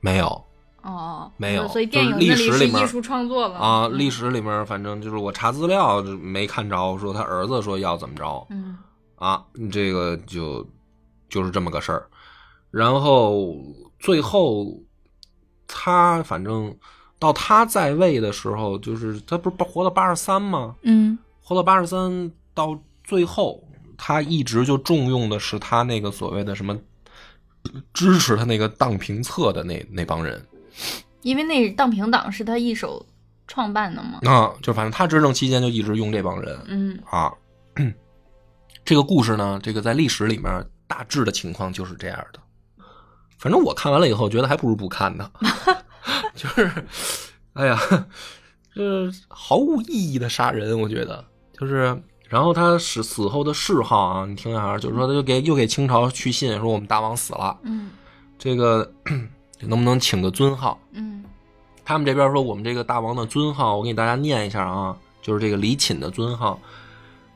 S1: 没有，
S2: 哦，
S1: 没有
S2: 所以
S1: 就
S2: 电
S1: 是
S2: 影
S1: 历
S2: 那
S1: 史
S2: 是
S1: 里面
S2: 艺术创作了
S1: 啊，
S2: 嗯
S1: 历史里面反正就是我查资料没看着说他儿子说要怎么着
S2: 嗯
S1: 啊，这个就就是这么个事儿。然后最后他反正到他在位的时候，就是他不是活到八十三吗？
S2: 嗯
S1: 活到八十三到最后，他一直就重用的是他那个所谓的什么支持他那个荡平策的那那帮人。
S2: 因为那荡平党是他一手创办的嘛。
S1: 啊，就反正他执政期间就一直用这帮人。
S2: 嗯
S1: 啊。 这个故事呢，这个在历史里面大致的情况就是这样的。反正我看完了以后，觉得还不如不看呢， 就是，哎呀，这毫无意义的杀人，我觉得就是然后他死死后的谥号啊，你听一下，就是说他就给又给清朝去信说我们大王死了，
S2: 嗯
S1: 这个 能不能请个尊号？
S2: 嗯
S1: 他们这边说我们这个大王的尊号，我给大家念一下啊，就是这个李寝的尊号，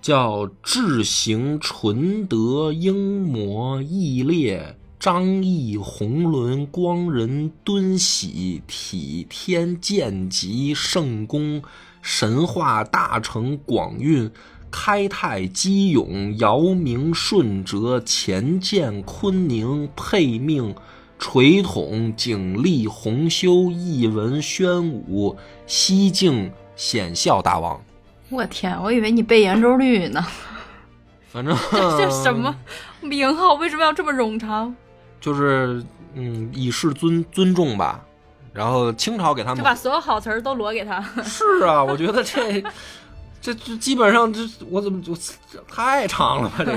S1: 叫智行纯德英模义烈张毅弘伦光仁敦喜体天健极圣功神化大成广运。开泰基勇，尧明顺哲，乾建坤宁，配命垂统景立洪修艺文宣武西晋显孝大王，
S2: 我天，我以为你背圆周率 呢。
S1: 反正
S2: 这什么名号为什么要这么冗长？
S1: 就是嗯，以示尊尊重吧。然后清朝给他
S2: 就
S1: 们
S2: 把所有好词儿都罗给他。
S1: 是啊，我觉得这这这基本上这我怎么就太长了吧？ 这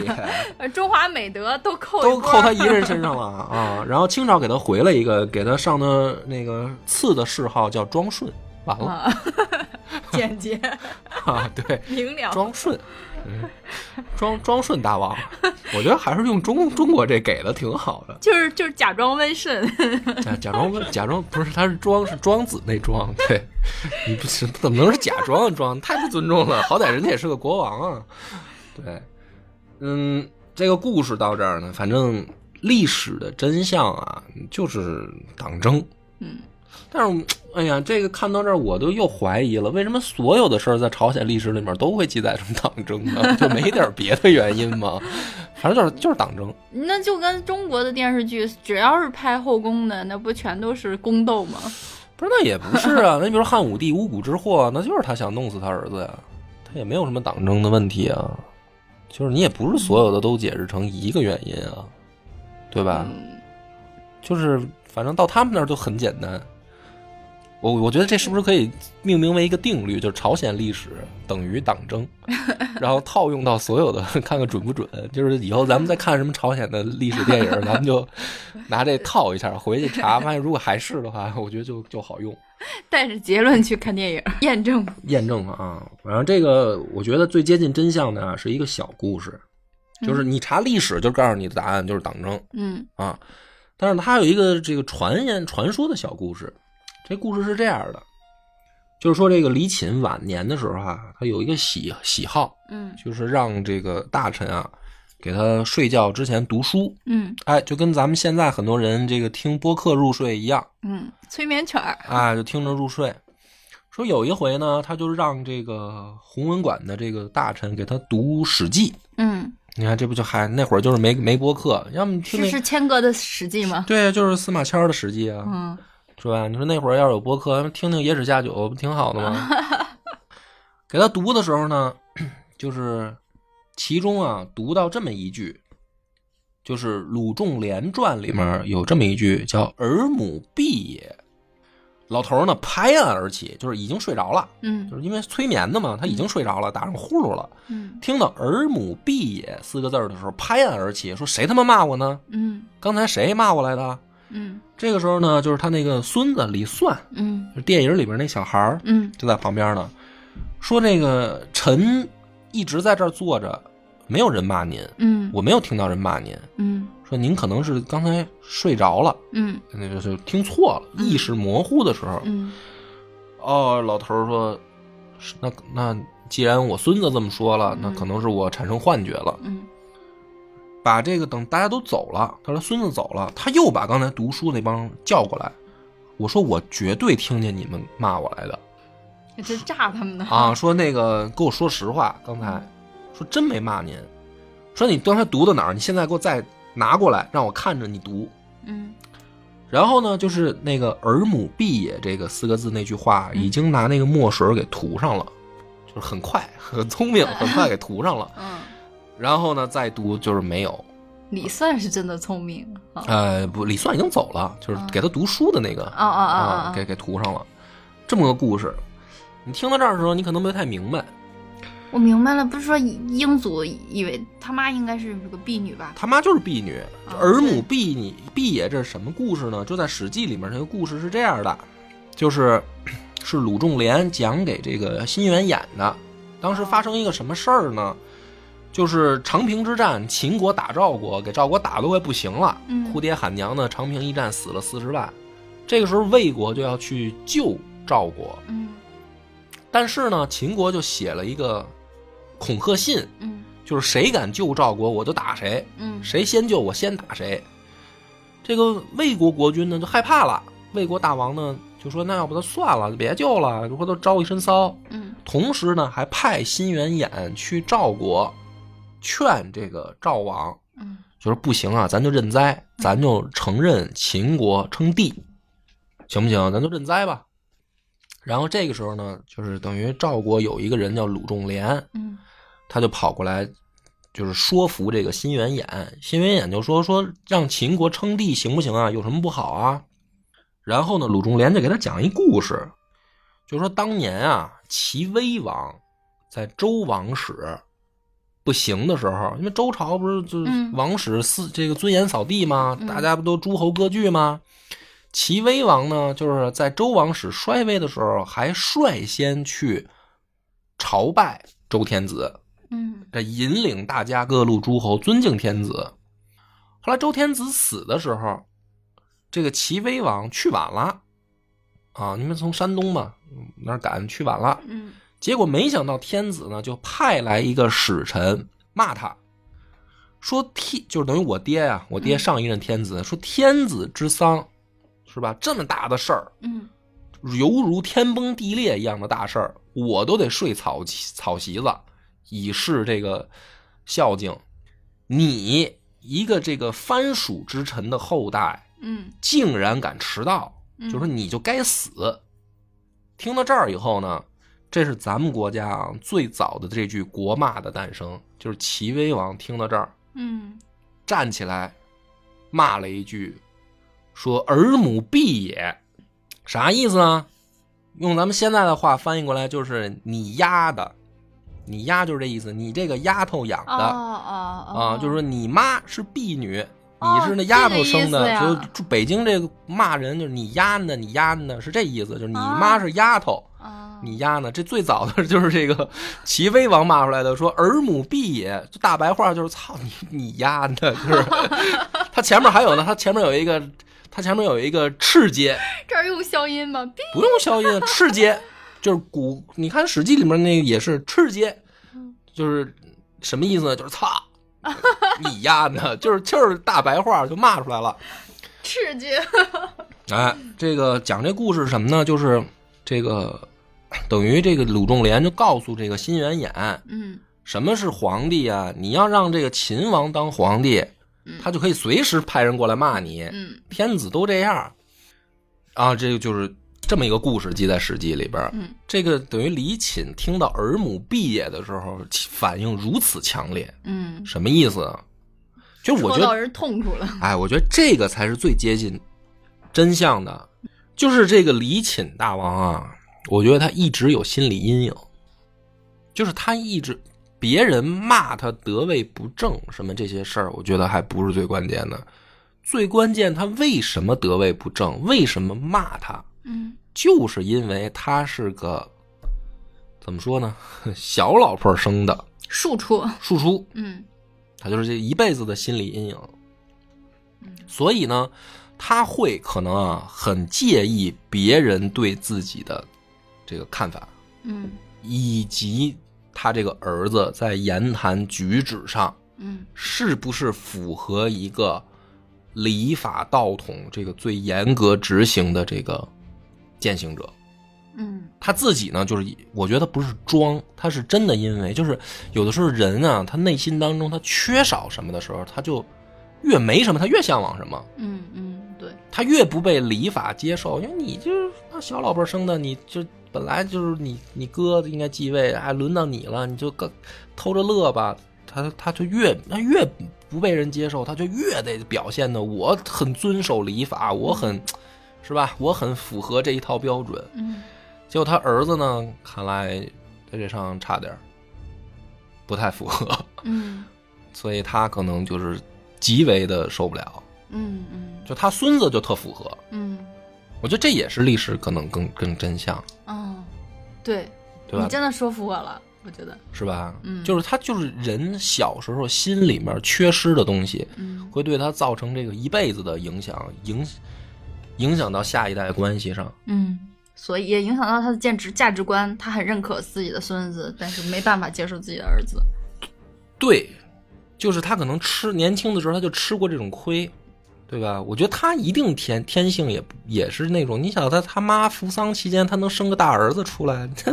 S1: 也
S2: 中华美德都扣
S1: 都
S2: 一波
S1: 扣他一个人身上了啊！然后清朝给他回了一个，给他上的那个次的谥号叫庄顺，完了
S2: 啊， 简洁
S1: 啊，对。
S2: 明了。
S1: 庄顺，嗯，庄庄顺大王，我觉得还是用中中国这给的挺好的。
S2: 就是就是假装温顺，
S1: 假啊假装问假装不是，他是庄是庄子那庄，对，你不是怎么能是假装的庄？太不尊重了，好歹人家也是个国王啊。对，嗯，这个故事到这儿呢，反正历史的真相啊，就是党争。
S2: 嗯，
S1: 但是哎呀，这个看到这儿我都又怀疑了，为什么所有的事儿在朝鲜历史里面都会记载成党争呢？ 就没点儿别的原因吗？反正就是就是党争。
S2: 那就跟中国的电视剧，只要是拍后宫的，那不全都是宫斗吗？
S1: 不是，那也不是啊。那比如汉武帝巫蛊之祸，那就是他想弄死他儿子呀，他也没有什么党争的问题啊。就是你也不是所有的都解释成一个原因啊，对吧？
S2: 嗯，
S1: 就是反正到他们那儿就很简单。我我觉得这是不是可以命名为一个定律，就是朝鲜历史等于党争，然后套用到所有的， 看看准不准。就是以后咱们再看什么朝鲜的历史电影，咱们就拿这套一下，回去查，发现如果还是的话，我觉得就就好用。
S2: 带着结论去看电影，验证。
S1: 验证啊。反正这个我觉得最接近真相的啊，是一个小故事，就是你查历史就告诉你的答案就是党争
S2: 嗯
S1: 啊。但是它有一个这个传言传说的小故事，这故事是这样的，就是说这个李寝晚年的时候啊，他有一个喜喜好，
S2: 嗯
S1: 就是让这个大臣啊给他睡觉之前读书，
S2: 嗯
S1: 哎，就跟咱们现在很多人这个听播客入睡一样。
S2: 嗯，催眠犬儿。
S1: 啊，就听着入睡。说有一回呢，他就让这个弘文馆的这个大臣给他读《史记》。
S2: 嗯，
S1: 你看，这不就还那会儿就是没没播客，要么听
S2: 是
S1: 那
S2: 是谦哥的史记吗？
S1: 对，啊就是司马迁儿的《史记》啊，
S2: 嗯
S1: 是吧？你说那会儿要是有播客，听听《野史下酒》不挺好的吗？给他读的时候呢，就是其中啊读到这么一句，就是《鲁仲连传》里面有这么一句叫“儿母必也”，老头儿呢拍案而起，就是已经睡着了，
S2: 嗯
S1: 就是因为催眠的嘛，他已经睡着了，打上呼噜了。
S2: 嗯
S1: 听到“儿母必也”四个字儿的时候，拍案而起，说：“谁他妈骂我呢？
S2: 嗯
S1: 刚才谁骂我来的
S2: 嗯？”
S1: 这个时候呢，就是他那个孙子李算，
S2: 嗯
S1: 就是电影里边那小孩儿，
S2: 嗯
S1: 就在旁边呢，说那个臣一直在这儿坐着，没有人骂您，
S2: 嗯
S1: 我没有听到人骂您，
S2: 嗯
S1: 说您可能是刚才睡着了，
S2: 嗯
S1: 那就是听错了，
S2: 嗯
S1: 意识模糊的时候。
S2: 嗯
S1: 哦，老头儿说，是那那既然我孙子这么说了，那
S2: 嗯
S1: 可能是我产生幻觉了。
S2: 嗯
S1: 把这个等大家都走了，他说孙子走了，他又把刚才读书那帮叫过来，我说我绝对听见你们骂我来的。
S2: 嗯，这炸他们呢！
S1: 啊，说那个跟我说实话，刚才说真没骂您，说你刚才读到哪儿，你现在给我再拿过来，让我看着你读。
S2: 嗯
S1: 然后呢，就是那个“儿母必也”这个四个字那句话，
S2: 嗯
S1: 已经拿那个墨水给涂上了，就是很快， 很聪 明，很快给涂上了。
S2: 嗯，
S1: 然后呢，再读就是没有，
S2: 李算是真的聪明啊！
S1: 呃，不，李算已经走了，就是
S2: 啊
S1: 给他读书的那个
S2: 啊啊
S1: 啊
S2: 啊，
S1: 给给涂上了，这么个故事。你听到这儿的时候，你可能没太明白，
S2: 我明白了，不是说英祖以为他妈应该是个婢女吧？
S1: 他妈就是婢女，
S2: 啊
S1: 儿母婢女婢也，这是什么故事呢？就在《史记》里面，这个故事是这 样的，就是是鲁仲连讲给这个辛元演的，当时发生一个什么事儿呢？就是长平之战，秦国打赵国，给赵国打得快不行了。
S2: 嗯
S1: 哭爹喊娘的长平一战死了四十万，这个时候魏国就要去救赵国，
S2: 嗯
S1: 但是呢，秦国就写了一个恐吓信，
S2: 嗯
S1: 就是谁敢救赵国，我就打谁，
S2: 嗯
S1: 谁先救我先打谁。这个魏国国君呢就害怕了，魏国大王呢就说那要不他算了，别救了，回头招一身骚。
S2: 嗯
S1: 同时呢，还派辛元衍去赵国劝这个赵王，
S2: 嗯
S1: 就是不行啊，咱就认栽，咱就承认秦国称帝，行不行？咱就认栽吧。然后这个时候呢，就是等于赵国有一个人叫鲁仲连，
S2: 嗯
S1: 他就跑过来，就是说服这个辛元衍。辛元衍就说说让秦国称帝行不行啊？有什么不好啊？然后呢，鲁仲连就给他讲一故事，就说当年啊，齐威王在周王室不行的时候，因为周朝不是就是
S2: 嗯
S1: 王室四、这个尊严扫地吗？
S2: 嗯
S1: 大家不都诸侯割据吗？齐威王呢，就是在周王室衰微的时候，还率先去朝拜周天子，
S2: 嗯
S1: 这引领大家各路诸侯尊敬天子。后来周天子死的时候，这个齐威王去晚了，啊，你们从山东嘛嗯那儿赶去晚了，
S2: 嗯
S1: 结果没想到天子呢就派来一个使臣骂他，说天就是等于我爹呀、我爹
S2: 嗯
S1: 上一任天子、说天子之丧，是吧？这么大的事儿，
S2: 嗯
S1: 犹如天崩地裂一样的大事儿，我都得睡草席草席子，以示这个孝敬。你一个这个藩属之臣的后代，
S2: 嗯
S1: 竟然敢迟到，
S2: 嗯
S1: 就说你就该死。听到这儿以后呢，这是咱们国家啊最早的这句国骂的诞生，就是齐威王听到这儿
S2: 嗯
S1: 站起来骂了一句，说：“儿母必也。”啥意思呢？用咱们现在的话翻译过来就是“你丫的”，你丫就是这意思，你这个丫头养的
S2: 哦
S1: 啊、
S2: 哦哦
S1: 就是说你妈是婢女，
S2: 哦
S1: 你是那丫头生
S2: 这个
S1: 的
S2: 意。思呀
S1: 就北京这个骂人就是“你丫的，你丫的”，是这意思，就是你
S2: 哦
S1: 妈是丫头。
S2: 啊
S1: 你丫呢？这最早的就是这个齐威王骂出来的，说儿母必也，就大白话就是操你你丫呢，就是他前面还有呢，他前面有一个，他前面有一个赤阶，
S2: 这儿用消音吗？哔
S1: 不用消音，赤阶就是古，你看《史记》里面那个也是赤阶，就是什么意思呢？就是操你丫呢，就是就是大白话就骂出来了。
S2: 斥句。
S1: 哎，这个讲这故事是什么呢？就是这个等于这个鲁仲连就告诉这个辛元衍。
S2: 嗯
S1: 什么是皇帝啊？你要让这个秦王当皇帝
S2: 嗯，
S1: 他就可以随时派人过来骂你。
S2: 嗯
S1: 天子都这样啊，这个就是这么一个故事记在《史记》里边。
S2: 嗯
S1: 这个等于李寝听到儿母必也的时候，其反应如此强烈，
S2: 嗯，
S1: 什么意思啊？就我
S2: 戳
S1: 觉
S2: 到
S1: 得，
S2: 人痛处了。
S1: 哎，我觉得这个才是最接近真相的，就是这个李寝大王啊，我觉得他一直有心理阴影。就是他一直别人骂他得位不正什么这些事儿，我觉得还不是最关键的，最关键他为什么得位不正，为什么骂他，
S2: 嗯
S1: 就是因为他是个怎么说呢， 小老婆生的
S2: 庶出。
S1: 庶出，
S2: 嗯
S1: 他就是这一辈子的心理阴影，所以呢，他会可能啊很介意别人对自己的这个看法，
S2: 嗯
S1: 以及他这个儿子在言谈举止上
S2: 嗯
S1: 是不是符合一个礼法道统这个最严格执行的这个践行者。
S2: 嗯
S1: 他自己呢，就是我觉得不是装，他是真的，因为就是有的时候人啊，他内心当中他缺少什么的时候，他就越没什么，他越向往什么。
S2: 嗯嗯，对。
S1: 他越不被礼法接受，因为你就是小老辈儿生的，你就本来就是你你哥应该继位，哎，轮到你了，你就更偷着乐吧。他他就越他越不被人接受，他就越得表现的我很遵守礼法，我很是吧，我很符合这一套标准。
S2: 嗯
S1: 结果他儿子呢，看来在这上差点儿不太符合，
S2: 嗯
S1: 所以他可能就是极为的受不了。
S2: 嗯嗯
S1: 就他孙子就特符合，
S2: 嗯
S1: 我觉得这也是历史可能更更真相，
S2: 嗯，对。
S1: 对
S2: 你
S1: 吧？
S2: 真的说服我了，我觉得，
S1: 是吧？
S2: 嗯
S1: 就是他就是人小时候心里面缺失的东西，
S2: 嗯
S1: 会对他造成这个一辈子的影响，影影响到下一代关系上。
S2: 嗯，所以也影响到他的价值价值观，他很认可自己的孙子，但是没办法接受自己的 儿子。
S1: 对，就是他可能吃年轻的时候他就吃过这种亏，对吧？我觉得他一定天天性也不也是那种，你想他他妈扶丧期间他能生个大儿子出来， 他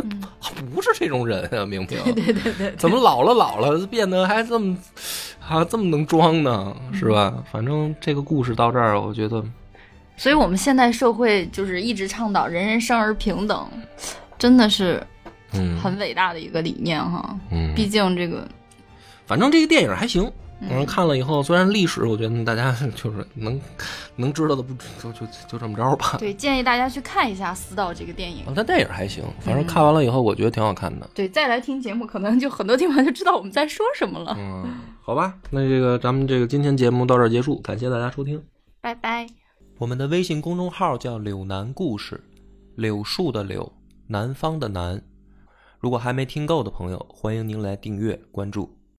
S1: 不是这种人啊，明明
S2: 嗯对对对，
S1: 怎么老了老了变得还这么啊这么能装呢，是吧？反正这个故事到这儿，我觉得
S2: 所以我们现代社会就是一直倡导人人生而平等，真的是
S1: 嗯
S2: 很伟大的一个理念哈。
S1: 嗯，
S2: 毕竟这个，
S1: 反正这个电影还行。我说看了以后，虽然历史我觉得大家 就是能能知道的不就就就这么着吧。
S2: 对，建议大家去看一下《私道》这个电影。
S1: 啊，但电影还行，反正看完了以后，我觉得挺好看的。
S2: 对，再来听节目，可能就很多地方就知道我们在说什么了。
S1: 嗯，好吧，那这个咱们这个今天节目到这儿结束，感谢大家收听。
S2: 拜拜。
S1: 我们的微信公众号叫“柳南故事”，柳树的柳，南方的南。如果还没听够的朋友，欢迎您来订阅关注。